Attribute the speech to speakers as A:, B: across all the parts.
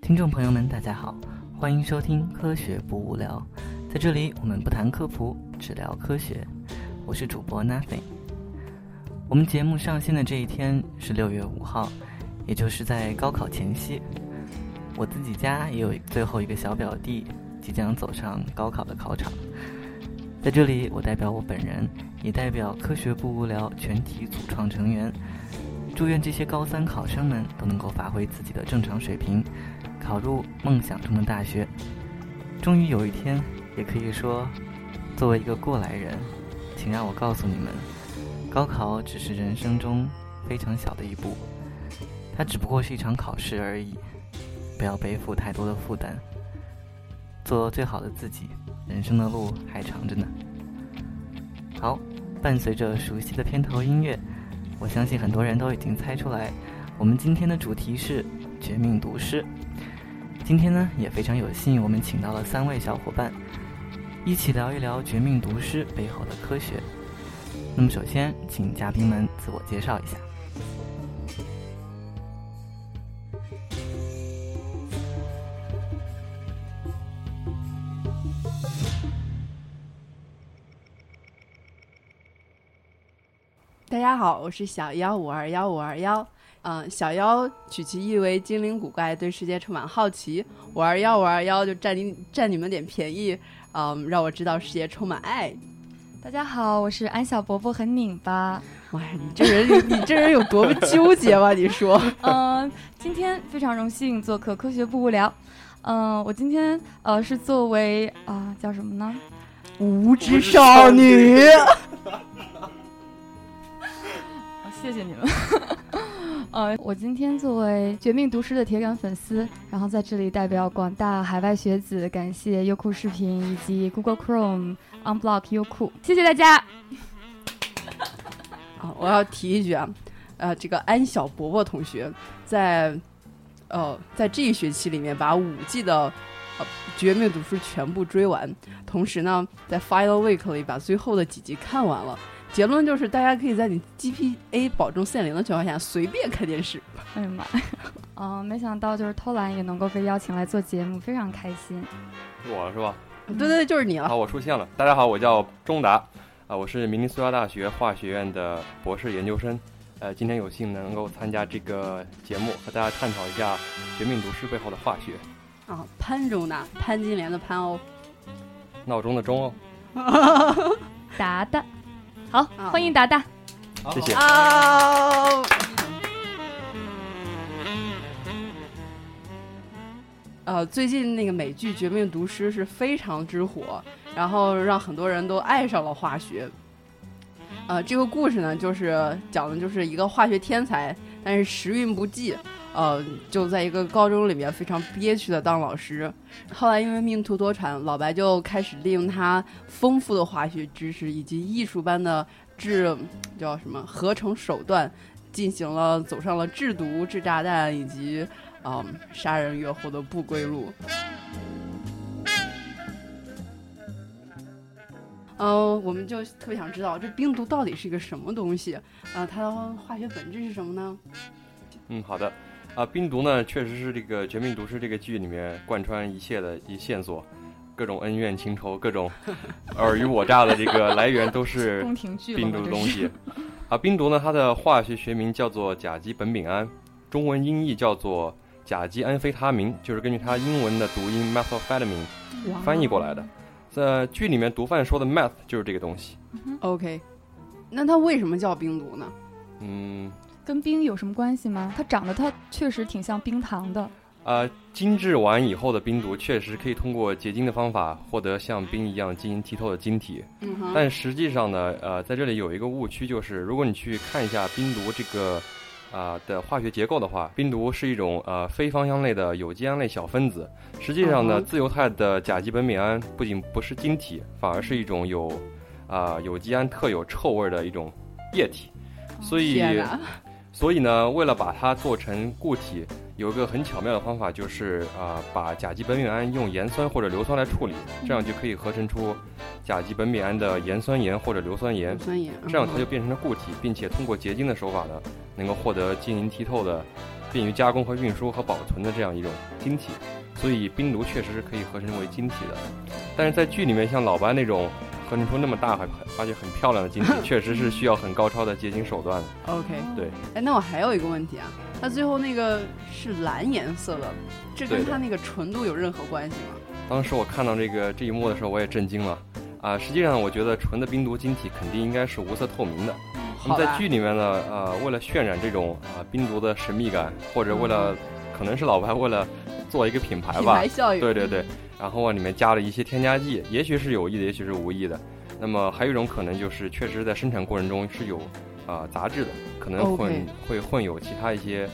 A: 听众朋友们，大家好，欢迎收听《科学不无聊》。在这里，我们不谈科普，只聊科学。我是主播 Nothing。我们节目上线的这一天是六月五号，也就是在高考前夕。我自己家也有最后一个小表弟即将走上高考的考场。在这里，我代表我本人，也代表科学不无聊全体组创成员，祝愿这些高三考生们都能够发挥自己的正常水平，考入梦想中的大学。终于有一天，也可以说，作为一个过来人，请让我告诉你们，高考只是人生中非常小的一步，它只不过是一场考试而已，不要背负太多的负担，做最好的自己。人生的路还长着呢。好，伴随着熟悉的片头音乐，我相信很多人都已经猜出来，我们今天的主题是《绝命毒师》。今天呢，也非常有幸，我们请到了三位小伙伴，一起聊一聊《绝命毒师》背后的科学。那么，首先请嘉宾们自我介绍一下。
B: 大家好，我是小妖五二幺五二幺。嗯，小妖取其意为精灵古怪，对世界充满好奇。五二幺五二幺就占你占你们点便宜，嗯，让我知道世界充满爱。
C: 大家好，我是安小伯伯和拧 巴。
B: 哇，你这人你你这人有多么纠结吧？你说，
C: 嗯、今天非常荣幸做客《科学不无聊》。嗯、我今天呃是作为啊、叫什么呢？
B: 无知少女。
C: 啊谢谢你们。 呃，我今天作为《绝命毒师》的铁杆粉丝，然后在这里代表广大海外学子，感谢优酷视频以及 Google Chrome、Unblock 优酷，谢谢大家。
B: 啊，我要提一句啊，呃，这个安小伯伯同学在呃在这一学期里面把五季的呃《绝命毒师》全部追完，同时呢，在 Final Week 里把最后的几集看完了。结论就是，大家可以在你 GPA 保证三零的情况下随便看电视。
C: 哎呀妈 呀！嗯、没想到就是偷懒也能够被邀请来做节目，非常开心。
D: 我是吧？
B: 对对对，就是你了。
D: 好，我出现了。大家好，我叫钟达，啊，我是明尼苏达大学化学院的博士研究生。呃，今天有幸能够参加这个节目，和大家探讨一下《绝命毒师》背后的化学。
B: 啊，潘周娜，潘金莲的潘哦。
D: 闹钟的钟哦，
C: 达达，好，
B: 啊
C: 欢迎达达。
D: 谢谢。
B: 啊。呃，最近那个美剧《绝命毒师》是非常之火，然后让很多人都爱上了化学。呃，这个故事呢，就是讲的就是一个化学天才，但是时运不济，呃，就在一个高中里面非常憋屈的当老师。后来因为命途多舛，老白就开始利用他丰富的化学知识以及艺术般的制叫什么合成手段，进行了走上了制毒、制炸弹以及嗯杀人越货的不归路。呃，我们就特别想知道这病毒到底是一个什么东西啊、呃它的化学本质是什么呢？
D: 嗯，好的。啊，冰毒呢，确实是这个《绝命毒师》这个剧里面贯穿一切的一线索，各种恩怨情仇，各种尔虞我诈的这个来源都是
C: 宫廷剧了
D: 冰
C: 吗
D: 毒
C: 这
D: 的东
C: 是。
D: 西。啊，冰毒呢，它的化学学名叫做甲基苯丙胺，中文音译叫做甲基安非他明，就是根据它英文的读音 methamphetamine
C: 哦
D: 翻译过来的。在剧里面，毒贩说的 meth 就是这个东西。
B: OK，那它为什么叫冰毒呢？
D: 嗯，
C: 跟冰有什么关系吗？它长得它确实挺像冰糖的。
D: 啊，精制完以后的冰毒确实可以通过结晶的方法获得像冰一样晶莹剔透的晶体，
B: 嗯哼，
D: 但实际上呢，呃，在这里有一个误区，就是如果你去看一下冰毒这个啊、的化学结构的话，冰毒是一种呃非芳香类的有机胺类小分子。实际上呢，
B: 嗯哼
D: 自由态的甲基苯丙胺不仅不是晶体，反而是一种有啊、有机胺特有臭味的一种液体。所以，
B: 天哪，
D: 所以呢，为了把它做成固体，有一个很巧妙的方法，就是啊、把甲基苯丙胺用盐酸或者硫酸来处理，这样就可以合成出甲基苯丙胺的盐酸盐或者硫酸盐
B: 乳，酸盐，
D: 这样
B: 嗯
D: 它就变成了固体，并且通过结晶的手法呢，能够获得晶莹剔透的便于加工和运输和保存的这样一种晶体，所以冰毒确实是可以合成为晶体的。但是在剧里面，像老白那种合成出那么大很很而且很漂亮的晶体，确实是需要很高超的结晶手段的。
B: OK，
D: 对。
B: 哎，那我还有一个问题啊，它最后那个是蓝颜色的，这跟
D: 对的
B: 它那个纯度有任何关系吗？
D: 当时我看到这个这一幕的时候，我也震惊了。啊，实际上我觉得纯的冰毒晶体肯定应该是无色透明的。那
B: 好
D: 么在
B: 吧，
D: 剧里面呢，呃，为了渲染这种啊、冰毒的神秘感，或者为了、可能是老白为了做一个品牌
B: 嗯品
D: 吧
B: 牌，嗯效应。
D: 对对对，然后往里面加了一些添加剂，也许是有意的，也许是无意的。那么还有一种可能就是，确实在生产过程中是有啊、杂质的，可能
B: OK
D: 混会混有其他一些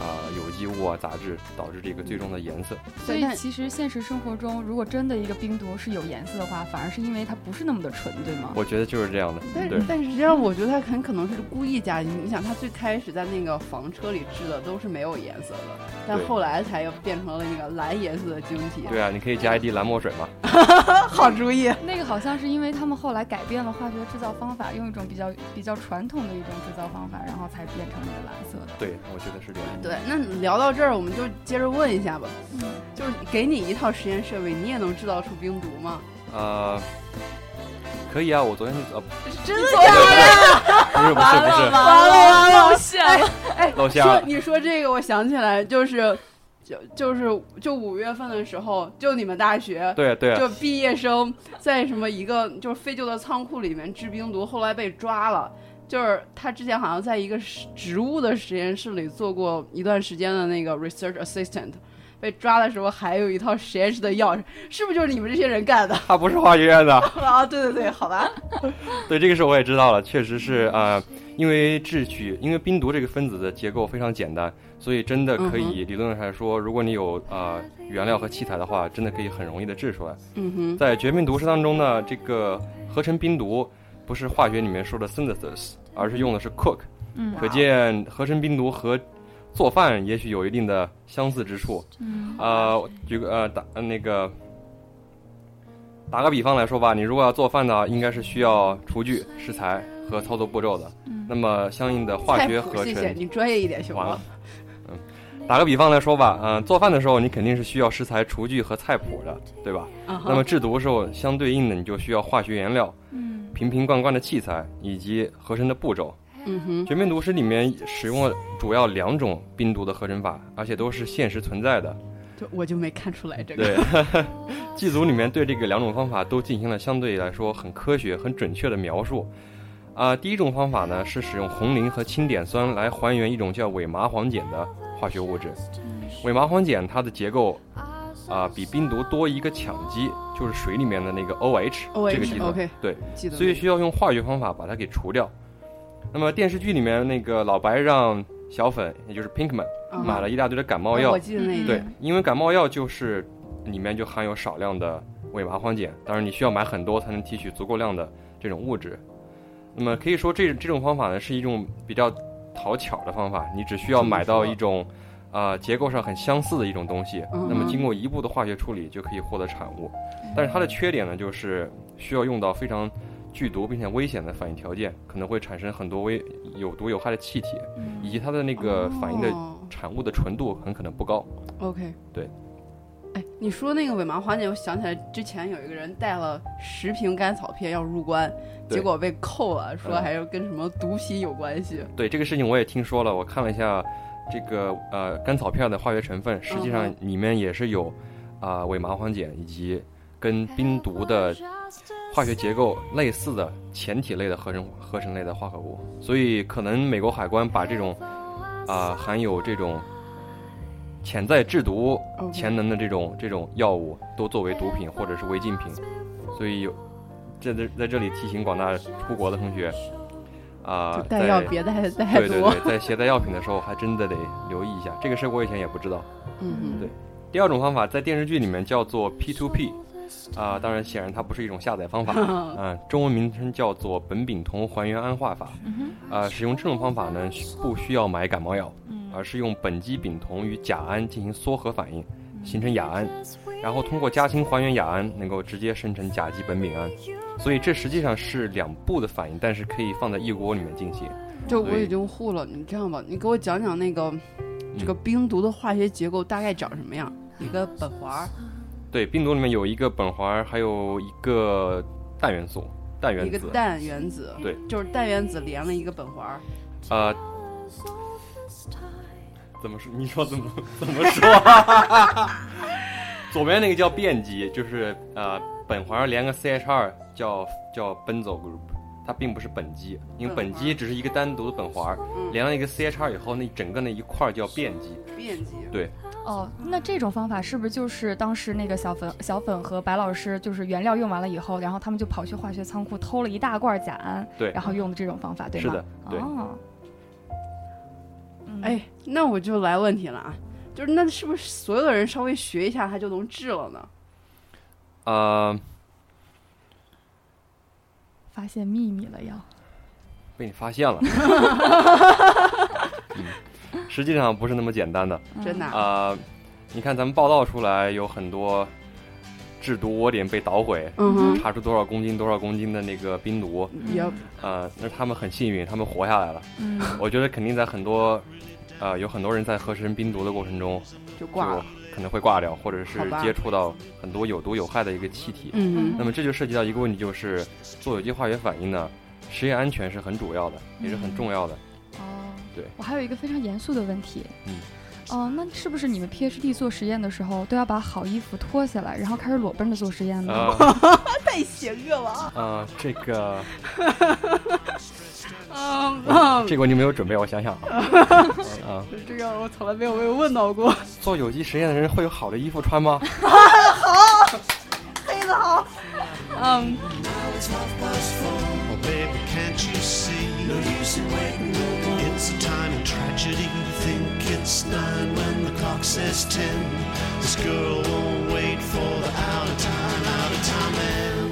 D: 啊、有机物啊杂质，导致这个最终的颜色。
C: 所以
B: 但
C: 其实现实生活中，如果真的一个冰毒是有颜色的话，反而是因为它不是那么的纯，对吗？
D: 我觉得就是这样的，
B: 但
D: 对
B: 是。但是实际上，我觉得他很可能是故意加进去。你想，他最开始在那个房车里制的都是没有颜色的，但
D: 对
B: 后来才又变成了那个蓝颜色的晶体。
D: 对啊，啊你可以加一滴蓝墨水嘛。
B: 好主意。
C: 那个好像是因为他们后来改变了化学制造方法，用一种比较比较传统的一种制造方法，然后才变成那个蓝色的。
D: 对，我觉得是这样。
B: 对，那聊到这儿，我们就接着问一下吧，
C: 嗯，
B: 就是给你一套实验设备，你也能制造出冰毒吗？
D: 呃，可以啊，我昨天去呃，
B: 真的假
D: 不是不是不
B: 完
D: 是
B: 了完了！
D: 露馅
B: 哦说
D: 了，
B: 你说这个，我想起来，就是，就就是就五月份的时候，就你们大学
D: 对 对
B: 就毕业生在什么一个就是废旧的仓库里面制冰毒，后来被抓了。就是他之前好像在一个实植物的实验室里做过一段时间的那个 research assistant，被抓的时候还有一套实验室的钥匙，是不是就是你们这些人干的？
D: 他不是化学院的。
B: 啊，对对对，好吧，
D: 对，这个事我也知道了，确实是啊、呃因为制取，因为冰毒这个分子的结构非常简单，所以真的
B: 嗯
D: 可以理论上来说，如果你有啊、呃原料和器材的话，真的可以很容易的制出来。
B: 嗯哼，
D: 在绝命毒师当中呢，这个合成冰毒不是化学里面说的 synthesis，而是用的是 cook，
B: 哦
C: 嗯
D: 可见合成冰毒和做饭也许有一定的相似之处。
C: 嗯
D: 呃，举个呃打呃那个打个比方来说吧，你如果要做饭呢，应该是需要厨具、食材和操作步骤的。
C: 嗯
D: 那么相应的化
B: 太
D: 学
B: 谱，
D: 合
B: 谢谢
D: 成，
B: 你专业一点行
D: 完
B: 吗
D: 了？打个比方来说吧，嗯、做饭的时候你肯定是需要食材、厨具和菜谱的，对吧？
B: 啊
D: 那么
B: 哈，
D: 制毒的时候，相对应的你就需要化学原料、
C: 嗯
D: 瓶瓶罐罐的器材以及合成的步骤。
B: 嗯
D: 《
B: 哼，
D: 绝命毒师》里面使用了主要两种冰毒的合成法，而且都是现实存在的。
B: 就我就没看出来这个。
D: 对， 剧组里面对这个两种方法都进行了相对来说很科学、很准确的描述。啊、第一种方法呢是使用红磷和氢碘酸来还原一种叫伪麻黄碱的化学物质。
B: 嗯
D: 伪麻黄碱它的结构啊、比冰毒多一个羟基，就是水里面的那个 OH,
B: O
D: 这个基
B: H
D: 酸。
B: O K，
D: 对，
B: 记得了。
D: 所以需要用化学方法把它给除掉。那么电视剧里面那个老白让小粉，也就是 Pinkman
B: 嗯
D: 买了一大堆的感冒
B: 我
D: 药，
B: 我记得那一
D: 对
B: 段，
D: 因为感冒药就是里面就含有少量的伪麻黄碱，当然你需要买很多才能提取足够量的这种物质。那么可以说这这种方法呢是一种比较讨巧的方法，你只需要买到一种啊、呃结构上很相似的一种东西，
B: 嗯
D: 那么经过一步的化学处理就可以获得产物。但是它的缺点呢就是需要用到非常剧毒并且危险的反应条件，可能会产生很多危有毒有害的气体，
C: 嗯
D: 以及它的那个反应的
B: 哦
D: 产物的纯度很可能不高。
B: O K，
D: 对。
B: 哎，你说那个伪麻黄碱，我想起来之前有一个人带了十瓶甘草片要入关，
D: 对
B: 结果被扣了，说
D: 嗯
B: 还是跟什么毒品有关系。
D: 对这个事情我也听说了，我看了一下这个呃甘草片的化学成分，实际上
B: 嗯
D: 里面也是有啊、伪麻黄碱以及跟冰毒的化学结构类似的前体类的合成合成类的化合物，所以可能美国海关把这种啊、含有这种潜在制毒
B: OK
D: 潜能的这种这种药物都作为毒品或者是违禁品，所以有。在这在这里提醒广大出国的同学，啊、
B: 就
D: 在。
B: 带药别带带太
D: 对对
B: 多。
D: 对，在携带药品的时候，还真的得留意一下。这个事儿我以前也不知道。
B: 嗯
D: 对第二种方法在电视剧里面叫做 P2P，啊、当然显然它不是一种下载 方法，嗯、
B: 嗯，
D: 中文名称叫做苯丙酮还原胺化法。
C: 嗯
D: 啊、使用这种方法呢，需不需要买感冒药，
C: 嗯
D: 而是用苯基丙酮与甲胺进行缩合反应，
C: 嗯
D: 形成亚胺，然后通过加氢还原亚胺，能够直接生成甲基苯丙胺。所以这实际上是两步的反应，但是可以放在一锅里面进行。嗯
B: 就我
D: 对
B: 已经护了。你这样吧，你给我讲讲那个这个冰毒的化学结构大概长什么样？一个苯环，
D: 对，病毒里面有一个苯环，还有一个氮元素，氮
B: 一
D: 原
B: 个
D: 子。
B: 氮原子，
D: 对，
B: 就是氮原子连了一个苯环。
D: 啊、怎么说？你说怎么怎么说、 啊？左边那个叫变极，就是呃，苯环连个 CHR 叫叫 benzo group，它并不是苯基，因为苯基只是一个单独的苯环，
B: 嗯，
D: 连了一个 CHR 以后，那整个那一块儿叫变极。
B: 面积
C: 哦，那这种方法是不是就是当时那个小粉小粉和白老师就是原料用完了以后，然后他们就跑去化学仓库偷了一大罐甲胺，
D: 对
C: 然后用的这种方法，对
D: 是
C: 吗？
D: 的，对。
C: 哦，嗯
B: 哎，那我就来问题了啊，就是那是不是所有的人稍微学一下他就能治了呢？
D: 呃，
C: 发现秘密了要。
D: 被你发 现了。嗯，实际上不是那么简单的。
B: 真的啊
D: 啊、你看咱们报道出来有很多制毒窝点被捣毁，
B: 嗯哼，
D: 查出多少公斤多少公斤的那个冰毒，
B: 也
D: 啊、那他们很幸运，他们活下来了。
C: 嗯，
D: 我觉得肯定在很多，呃，有很多人在合成冰毒的过程中
B: 就挂
D: 就
B: 了。
D: 可能会挂掉，或者是
B: 好吧
D: 接触到很多有毒有害的一个气体。
B: 嗯
D: 那么这就涉及到一个问题，就是做有机化学反应呢，实验安全是很主要的，也是很重要的。
C: 哦，
D: 对
C: 我还有一个非常严肃的问题。
D: 嗯。
C: 哦，那是不是你们 PhD 做实验的时候都要把好衣服脱下来，然后开始裸奔着做实验
B: 嗯
C: 呢？
D: 呃
B: 太邪恶了啊！
D: 呃，这个
B: 嗯
D: 这个问题没有准备，我想想啊。啊，
B: 这个我从来没有被问到过。
D: 做有机实验的人会有好的衣服穿吗？
B: 嗯，
E: Oh, baby, can't you see? No use in waiting no more. It's a time and tragedy. Think it's nine when the clock says ten. This girl won't wait for the out of time, out of time man.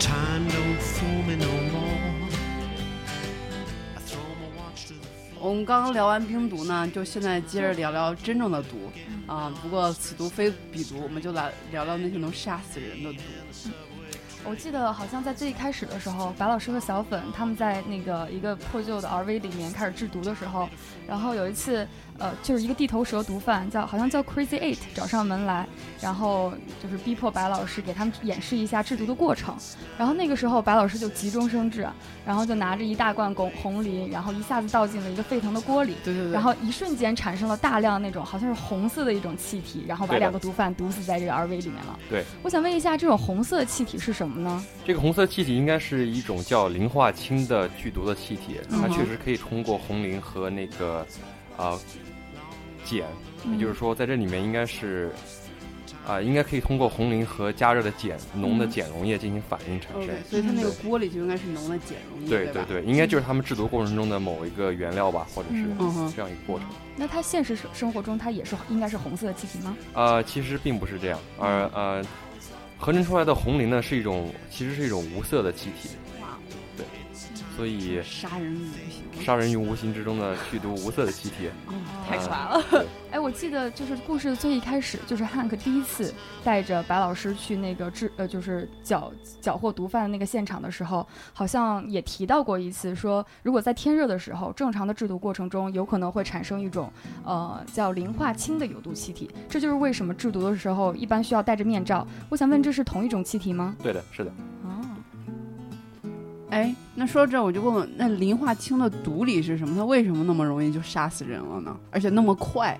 E: Time don't fool me no more. I throw my watch to the floor.
B: 我们刚刚聊完冰毒呢，就现在接着聊聊真正的毒啊。不过此毒非彼毒，我们就来聊聊那些能杀死人的毒。
C: 我记得好像在最一开始的时候，白老师和小粉他们在那个一个破旧的 RV 里面开始制毒的时候，然后有一次，呃，就是一个地头蛇毒贩叫好像叫 Crazy Eight 找上门来，然后就是逼迫白老师给他们演示一下制毒的过程。然后那个时候白老师就急中生智，啊然后就拿着一大罐红红磷，然后一下子倒进了一个沸腾的锅里。
B: 对对对，
C: 然后一瞬间产生了大量那种好像是红色的一种气体，然后把
D: 对的
C: 两个毒贩毒死在这个 RV 里面了。
D: 对，
C: 我想问一下，这种红色气体是什么呢？
D: 这个红色气体应该是一种叫磷化氢的剧毒的气体，
B: 嗯
D: 它
B: 哼
D: 确实可以通过红磷和那个啊碱，也
B: 嗯
C: 嗯
D: 就是说在这里面应该是啊、应该可以通过红磷和加热的碱浓的
C: 嗯
D: 碱溶液进行反应产生。
B: OK，所以它那个锅里就应该是浓的碱溶液，
D: 对
B: 吧？
D: 对，应该就是他们制毒过程中的某一个原料吧，或者是
C: 嗯
B: 嗯哼，
D: 这样一个过程。
C: 那它现实生生活中它也是应该是红色的气体吗？
D: 呃，其实并不是这样，而呃，合成出来的红磷呢是一种，其实是一种无色的气体，
B: 哇，
D: 所以
B: 杀人于无形，
D: 杀人于无形之中的剧毒无色的气体。
B: 哦
D: 太可怕
B: 了。
C: 哎，我记得就是故事的最一开始，就是汉克第一次带着白老师去那个制呃，就是缴缴获毒贩的那个现场的时候，好像也提到过一次说，如果在天热的时候，正常的制毒过程中有可能会产生一种呃叫磷化氢的有毒气体，这就是为什么制毒的时候一般需要戴着面罩。我想问，这是同一种气体吗？
D: 对的，是的。
C: 哦，
B: 哎，那说到这儿我就问问，那磷化氢的毒理是什么？它为什么那么容易就杀死人了呢？而且那么快？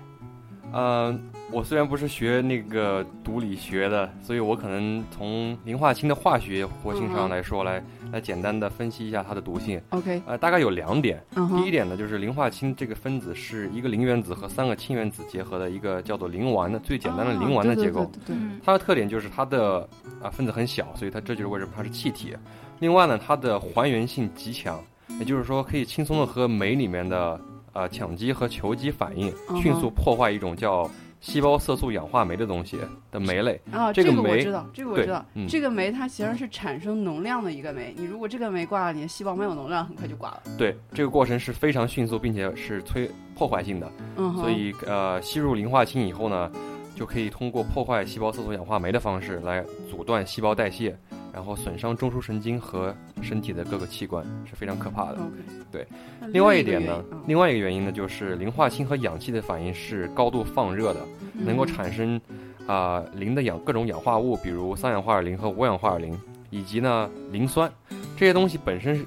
D: 呃，我虽然不是学那个毒理学的，所以我可能从磷化氢的化学活性上来说，来来简单的分析一下它的毒性。
B: OK，
D: 呃，大概有两点。
B: 嗯
D: 第一
B: 哼，
D: 点呢，就是磷化氢这个分子是一个磷原子和三个氢原子结合的一个叫做磷烷的最简单的
B: 啊
D: 磷烷的结构。
B: 对对对对
D: 它的特点就是它的啊、分子很小，所以它这就是为什么它是气体。另外呢，它的还原性极强，也就是说可以轻松的和酶里面的呃羟基和球基反应
B: 嗯，哼
D: 迅速破坏一种叫细胞色素氧化酶的东西的酶类。
B: 对啊，
D: 这个
B: 个我
D: 酶
B: 知道，这个我
D: 对
B: 知道，
D: 嗯
B: 这个酶它其实是产生能量的一个酶。你如果这个酶挂了，你的细胞没有能量，很快就挂了。
D: 对，这个过程是非常迅速，并且是催破坏性的，
B: 嗯哼，
D: 所以呃吸入磷化氢以后呢，就可以通过破坏细胞色素氧化酶的方式来阻断细胞代谢。然然后损伤中枢神经和身体的各个器官，是非常可怕的。
B: OK，
D: 对
B: 那
D: 另外一
B: 个
D: 点
B: 原
D: 呢
B: 因，嗯
D: 另外一个原因呢，就是磷化氢和氧气的反应是高度放热的，
B: 嗯
D: 能够产生啊、磷的氧各种氧化物，比如三氧化二磷和五氧化二磷，以及呢磷酸，这些东西本身是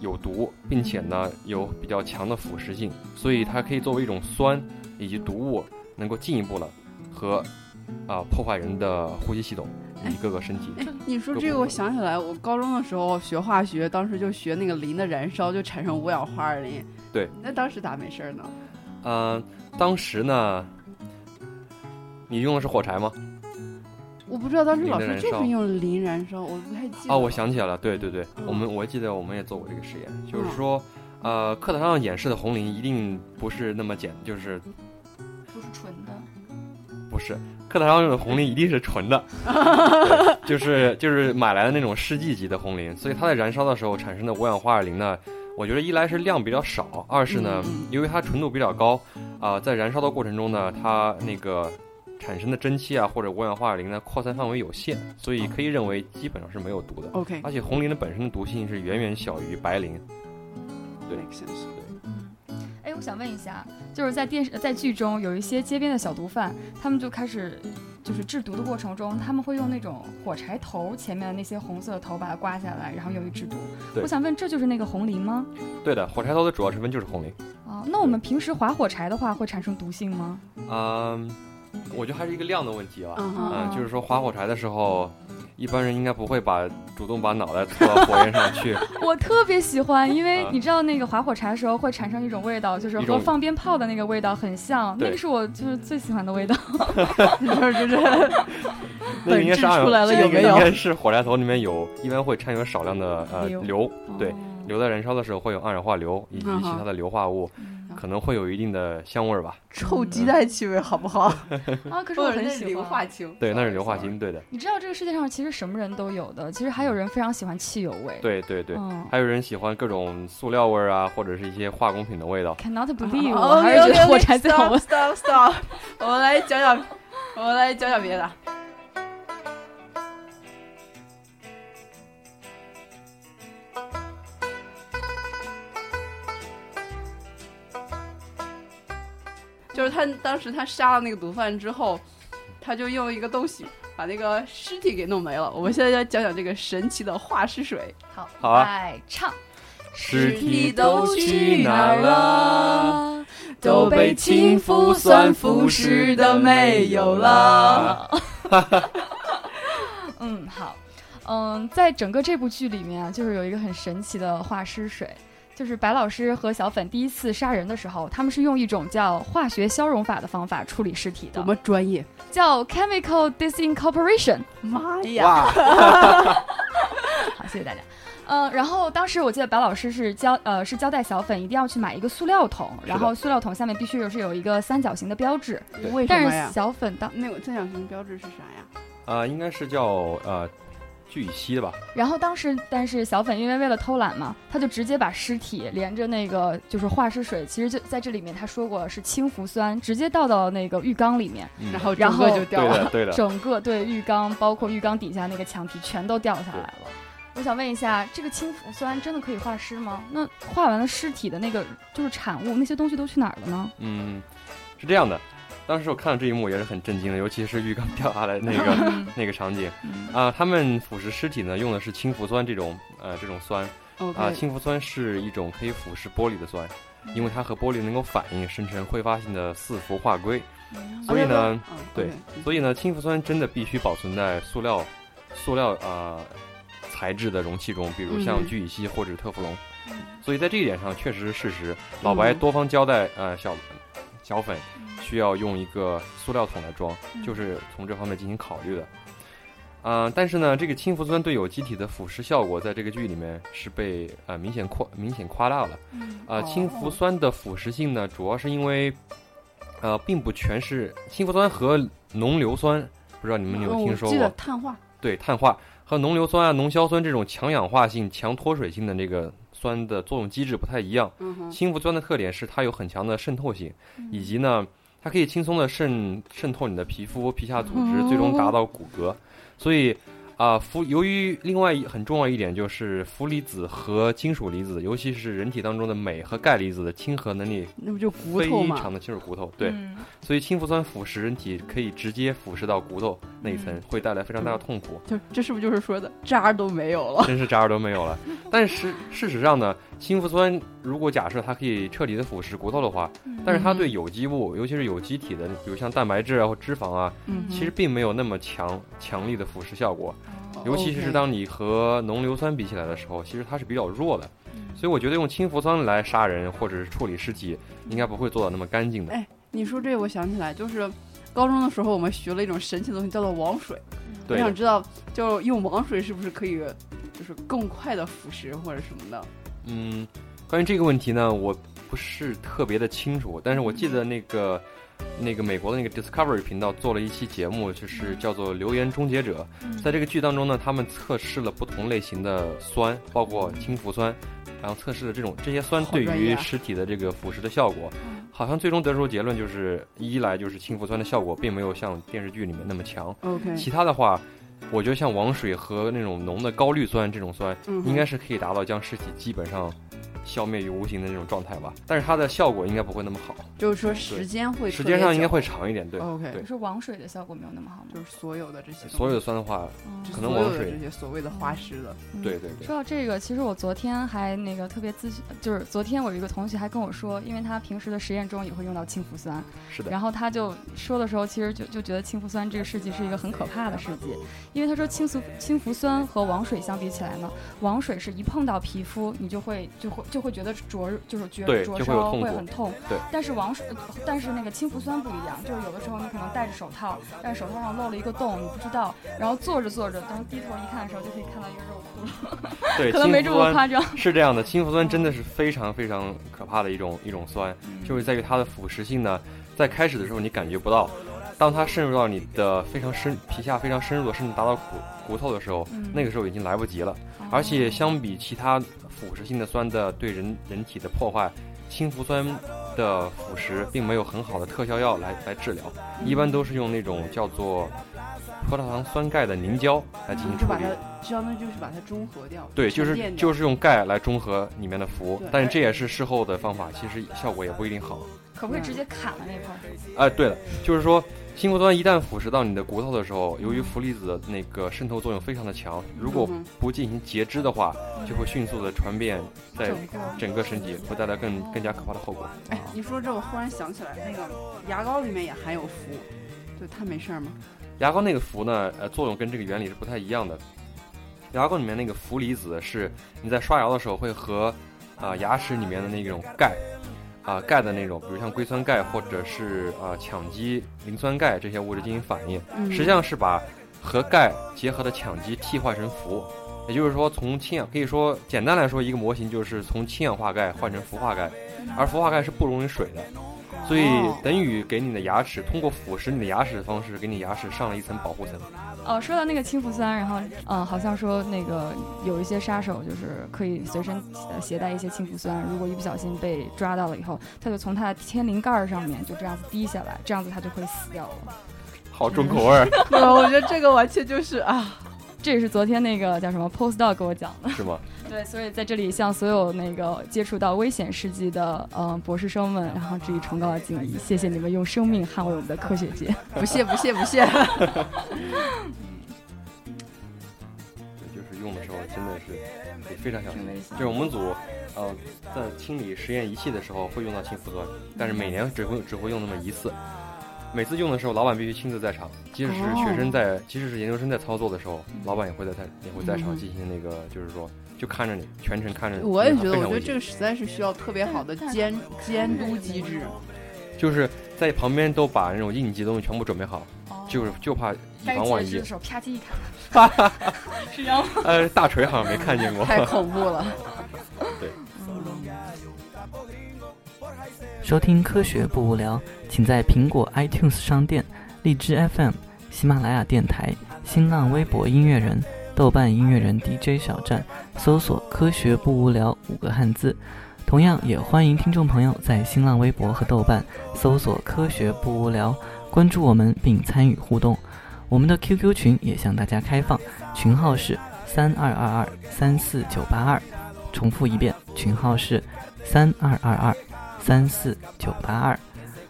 D: 有毒，并且呢
B: 嗯
D: 有比较强的腐蚀性，所以它可以作为一种酸以及毒物，能够进一步了和啊、破坏人的呼吸系统以及各个身体。
B: 哎，你说
D: 各
B: 这个，
D: 部
B: 我
D: 分
B: 想起来，我高中的时候学化学，当时就学那个磷的燃烧，就产生五氧化二磷。
D: 对，
B: 那当时咋没事儿呢？哎
D: 嗯、当时呢，你用的是火柴吗？
B: 我不知道当时
D: 磷
B: 老
D: 的
B: 师
D: 燃
B: 就
D: 烧
B: 是用磷燃烧，我不太记得
D: 啊，
B: 了。
D: 我想起来了，对对对，
B: 嗯
D: 我们我记得我们也做过这个实验，就
B: 嗯
D: 是说，呃，课堂上演示的红磷一定不是那么简，就是
F: 不是纯的，
D: 不是课堂上用的红磷一定是纯 的，对就是就是买来的那种试剂级的红磷，所以它在燃烧的时候产生的五氧化二磷呢，我觉得一来是量比较少，二是呢，
B: 嗯
D: 由于它纯度比较高，啊、在燃烧的过程中呢，它那个。产生的蒸汽啊，或者五氧化二磷呢，扩散范围有限，
B: 哦
D: 所以可以认为基本上是没有毒的。
B: OK，
D: 而且红磷的本身的毒性是远远小于白磷。对
B: make sense
C: 嗯
F: 哎，我想问一下，
C: 就是在电视在剧中有一些街边的小毒贩，他们就开始就是制毒的过程中，他们会用那种火柴头前面的那些红色的头把它刮下来，然后用于制毒。
D: 对
C: 我想问，这就是那个红磷吗？
D: 对的，火柴头的主要成分就是红磷。
C: 哦，那我们平时划火柴的话会产生毒性吗？
D: 嗯，我觉得还是一个量的问题吧。
B: 嗯哼
D: 嗯，
C: 哦
D: 就是说划火柴的时候，一般人应该不会把主动把脑袋凑到火焰上 去。
C: 我特别喜欢，因为
D: 啊
C: 你知道那个划火柴的时候会产生一种味道，就是
D: 一
C: 和
D: 种
C: 放鞭炮的那个味道很像，
D: 对
C: 那个是我就是最喜欢的味道。
B: 就是就是
D: 那个应该是二
B: 本质
D: 氧
B: 出来了有
D: 那个
B: 没有
D: 应该是火柴头里面有，一般会掺有少量的呃
C: 硫
D: 硫，对
C: 哦，，
D: 硫在燃烧的时候会有二氧化硫以及
B: 嗯
D: 其
B: 哼嗯
D: 他的硫化物，
C: 嗯
D: 可能会有一定的香味儿吧。
B: 臭鸡蛋气味好不好？
C: 啊，可是我
B: 或者
C: 很
B: 那是
C: 喜
B: 硫
C: 欢。
B: 化氢。
D: 对，那是硫化氢，对的，
C: 你知道这个世界上其实什么人都有的，其实还有人非常喜欢汽油味。
D: 嗯对对对。
C: 嗯
D: 还有人喜欢各种塑料味儿啊，或者是一些化工品的味道。
C: ，cannot
B: 地
C: believe，、我还是
D: 哦
C: 觉得火柴最好闻。
B: 哦 Stop stop，stop 我们来讲讲，我们来讲讲别的。就是他当时他杀了那个毒贩之后，他就用一个东西把那个尸体给弄没了。我们现在要讲讲这个神奇的化尸水。
F: 好，
D: 好啊
F: 来唱。
D: 尸
B: 体都去哪儿了？
F: 都被
B: 氢氟酸腐蚀的没有了。
C: 嗯，好，嗯，在整个这部剧里面啊，就是有一个很神奇的化尸水，就是白老师和小粉第一次杀人的时候，他们是用一种叫化学消融法的方法处理尸体
B: 多
C: 的，
B: 么专业！
C: 叫 chemical disincorporation。
B: 妈呀！
D: 哇，
C: 好，谢谢大家。呃，然后当时我记得白老师是交呃是交代小粉一定要去买一个塑料桶，
D: 是的
C: 然后塑料桶下面必须有是有一个三角形的标志，
D: 对
B: 为什
C: 但
B: 么
C: 是
B: 呀？
C: 小粉当
B: 那个正角形标志是啥呀？
D: 啊，应该是叫呃聚乙烯的吧？
C: 然后当时，但是小粉因为为了偷懒嘛，他就直接把尸体连着那个就是化尸水，其实就在这里面他说过是氢氟酸，直接倒到那个浴缸里面，
D: 嗯
B: 然后
C: 然
B: 整个
C: 后
B: 就
D: 对
B: 掉了。
D: 的对的，
C: 整个对浴缸包括浴缸底下那个墙体全都掉下来了。我想问一下，这个氢氟酸真的可以化尸吗？那化完了尸体的那个就是产物，那些东西都去哪儿了呢？
D: 嗯，是这样的。当时我看到这一幕也是很震惊的，尤其是浴缸 掉下来那个那个场景啊、他们腐蚀尸体呢，用的是氢氟酸这种呃这种酸啊，
B: OK，
D: 氢氟酸是一种可以腐蚀玻璃的酸，因为它和玻璃能够反应，生成挥发性的四氟化硅。所以呢，
B: 嗯，
D: 对
B: OK，嗯
D: 所以呢，氢氟酸真的必须保存在塑料、塑料啊、呃材质的容器中，比如像
B: 嗯
D: 聚乙烯或者特氟龙。所以在这一点上，确实是事实。老白多方交代，呃，小小粉需要用一个塑料桶来装，就是从这方面进行考虑的。啊、但是呢，这个氢氟酸对有机体的腐蚀效果，在这个剧里面是被呃明显扩明显夸大了。啊、
B: 哦
D: 氢氟酸的腐蚀性呢，主要是因为呃，并不全是氢氟酸和浓硫酸，不知道你们有没
B: 嗯
D: 有听说
B: 我记
D: 过
B: 得？碳化
D: 对，碳化和浓硫酸啊、浓硝酸这种强氧化性、强脱水性的这个酸的作用机制不太一样。
B: 嗯哼，
D: 氢氟酸的特点是它有很强的渗透性，以及呢，它可以轻松的渗渗透你的皮肤、皮下组织，最终达到骨骼。所以，啊，氟由于另外一很重要一点就是氟离子和金属离子，尤其是人体当中的镁和钙离子的亲和能力
B: 那不就骨
D: 非
B: 头
D: 常
B: 嘛？
D: 的亲入骨头，对，
F: 嗯
D: 所以氢氟酸腐蚀人体可以直接腐蚀到骨头那一层，会带来非常大的痛苦，
B: 就这是不是就是说的渣儿都没有了？
D: 真是渣儿都没有了。但是事实上呢，氢氟酸如果假设它可以彻底的腐蚀骨头的话，但是它
B: 嗯
D: 对有机物，尤其是有机体的，比如像蛋白质啊或脂肪啊，
B: 嗯，
D: 其实并没有那么强强力的腐蚀效果。
C: 嗯
F: 哦
D: 尤其是
B: OK
D: 当你和浓硫酸比起来的时候，其实它是比较弱的，
F: 嗯
D: 所以我觉得用氢氟酸来杀人或者是处理尸体，应该不会做到那么干净的
B: 哎。你说这，我想起来，就是高中的时候我们学了一种神奇的东西，叫做王水。我
C: 嗯
D: 对
B: 想知道，就用王水是不是可以，就是更快的腐蚀或者什么的？
D: 嗯，关于这个问题呢，我不是特别的清楚，但是我记
B: 嗯
D: 得那个那个美国的那个 Discovery 频道做了一期节目，
B: 嗯
D: 就是叫做《留言终结者》。
C: 嗯
D: 在这个剧当中呢，他们测试了不同类型的酸，包括氢氟酸，然后测试了这种这些酸
B: 好
D: 对
B: 专
D: 于
B: 业啊
D: 尸体的这个腐蚀的效果。
C: 嗯
D: 好像最终得出结论就是，一来就是氢氟酸的效果并没有像电视剧里面那么强，
B: OK，
D: 其他的话，我觉得像王水和那种浓的高氯酸这种酸，
B: 嗯哼
D: 应该是可以达到将尸体基本上消灭于无形的那种状态吧。但是它的效果应该不会那么好，
B: 就是说时间会
D: 时
B: 特别
D: 间上应
B: 久
D: 该
B: 哦
D: 会长一点。对，
B: OK，
D: 对
F: 可是王水的效果没有那么好吗？
B: 就是所有的这些东西
D: 所有的酸的话，
F: 哦
D: 可能
B: 所有
D: 王
B: 的
D: 水嗯
B: 这些所谓的花式的，
D: 对对
C: 嗯
D: 对，
C: 说到这个，其实我昨天还那个特别咨询，就是昨天我有一个同学还跟我说，因为他平时的实验中也会用到氢氟酸，
D: 是的。
C: 然后他就说的时候，其实就就觉得氢氟酸这个试剂是一个很可怕的试剂，因为他说氢氟氢氟酸和王水相比起来呢，王水是一碰到皮肤你就会就会就会觉得灼就是觉
D: 对
C: 灼
D: 就会有
C: 烧
D: 痛
C: 会
D: 苦
C: 很痛，
D: 对
C: 但是王水但是那个氢氟酸不一样，就是有的时候你可能戴着手套，但是手套上漏了一个洞，你不知道，然后坐着坐着，当低头一看的时候就可以看到一个肉窟窿，
D: 对，
C: 可能没这
D: 氢氟
C: 么
D: 酸
C: 夸张。
D: 是这样的，氢氟酸真的是非常非常可怕的一种一种酸，就是在于它的腐蚀性呢，在开始的时候你感觉不到，当它渗入到你的非常深皮下非常深入的，甚至达到骨骨头的时候，
C: 嗯
D: 那个时候已经来不及了。而且相比其他腐蚀性的酸的对人人体的破坏，氢氟酸的腐蚀并没有很好的特效药来来治疗，一般都是用那种叫做葡萄糖酸钙的凝胶来进行
B: 就
D: 处
B: 把
D: 理。
B: 它相当于就是把它中和掉，
D: 嗯对，就
B: 沉
D: 是
B: 淀掉
D: 就是用钙来中和里面的氟
B: 对，
D: 但是这也是事后的方法，其实效果也不一定好。
C: 可不可以直接砍了那块儿？
D: 哎，对了，
B: 嗯
D: 就是说氢氟酸一旦腐蚀到你的骨头的时候，由于氟离子的那个渗透作用非常的强，如果
B: 嗯哼
D: 不进行截肢的话，就会迅速的传遍
C: 嗯
D: 在
C: 整个
D: 整个身体，会带来更更加可怕的后果。
B: 哎，你说这我忽然想起来，那个牙膏里面也含有氟，就它没事儿吗？
D: 牙膏那个氟呢，呃，作用跟这个原理是不太一样的。牙膏里面那个氟离子是你在刷牙的时候会和啊、牙齿里面的那种钙啊、钙的那种，比如像硅酸钙或者是啊、羟基磷酸钙这些物质进行反应，
B: 嗯
D: 实际上是把和钙结合的羟基替换成氟。也就是说，从氢氧可以说简单来说，一个模型就是从氢氧化钙换成氟化钙，而氟化钙是不溶于水的，所以
B: 嗯哦
D: 等于给你的牙齿通过腐蚀你的牙齿的方式，给你牙齿上了一层保护层。
C: 哦，说到那个氢氟酸，然后嗯，好像说那个有一些杀手就是可以随身呃携带一些氢氟酸，如果一不小心被抓到了以后，他就从他的天灵盖儿上面就这样子滴下来，这样子他就会死掉了。
D: 好重口味儿
B: 对，我觉得这个完全就是啊，
C: 这也是昨天那个叫什么 Post Dog 给我讲
B: 嗯
C: 的。
D: 是吗？
C: 对，所以在这里向所有那个接触到危险事迹的嗯、呃博士生们，然后致以崇高的敬意，谢谢你们用生命捍卫我们的科学界。
B: 不屑不屑不 屑。
D: 对，就是用的时候真的是得非常小心
C: 挺危。险
D: 就是我们组呃在清理实验仪器的时候会用到氢氟酸，但是每年只会只会用那么一次。每次用的时候，老板必须亲自在场，即使是
B: 哦
D: 学生在，即使是研究生在操作的时候，老板也会在在也会在场
B: 嗯
D: 进行那个，就是说就看着你，全程看着你。
B: 我也觉
D: 非
B: 得，
D: 常
B: 我觉得
D: 危
B: 这
D: 险
B: 个实在是需要特别好的监监督机制。
D: 就是在旁边都把那种应急的东西全部准备好，
F: 哦
D: 就是就怕以
F: 该
D: 防
F: 截
D: 万
F: 肢
D: 一
F: 的。时候啪叽 一砍，是这样吗？
D: 呃，大锤好像没看见 过。
B: 太恐怖了！
A: 收听科学不无聊，请在苹果 iTunes 商店、荔枝 FM、喜马拉雅电台、新浪微博音乐人、豆瓣音乐人 DJ 小站搜索“科学不无聊”五个汉字。同样，也欢迎听众朋友在新浪微博和豆瓣搜索“科学不无聊”，关注我们并参与互动。我们的 QQ 群也向大家开放，群号是三二二二三四九八二。重复一遍，群号是三二二二三四九八二。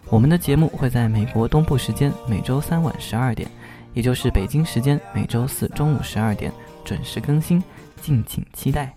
A: 我们的节目会在美国东部时间每周三晚十二点，也就是北京时间每周四中午十二点准时更新，敬请期待。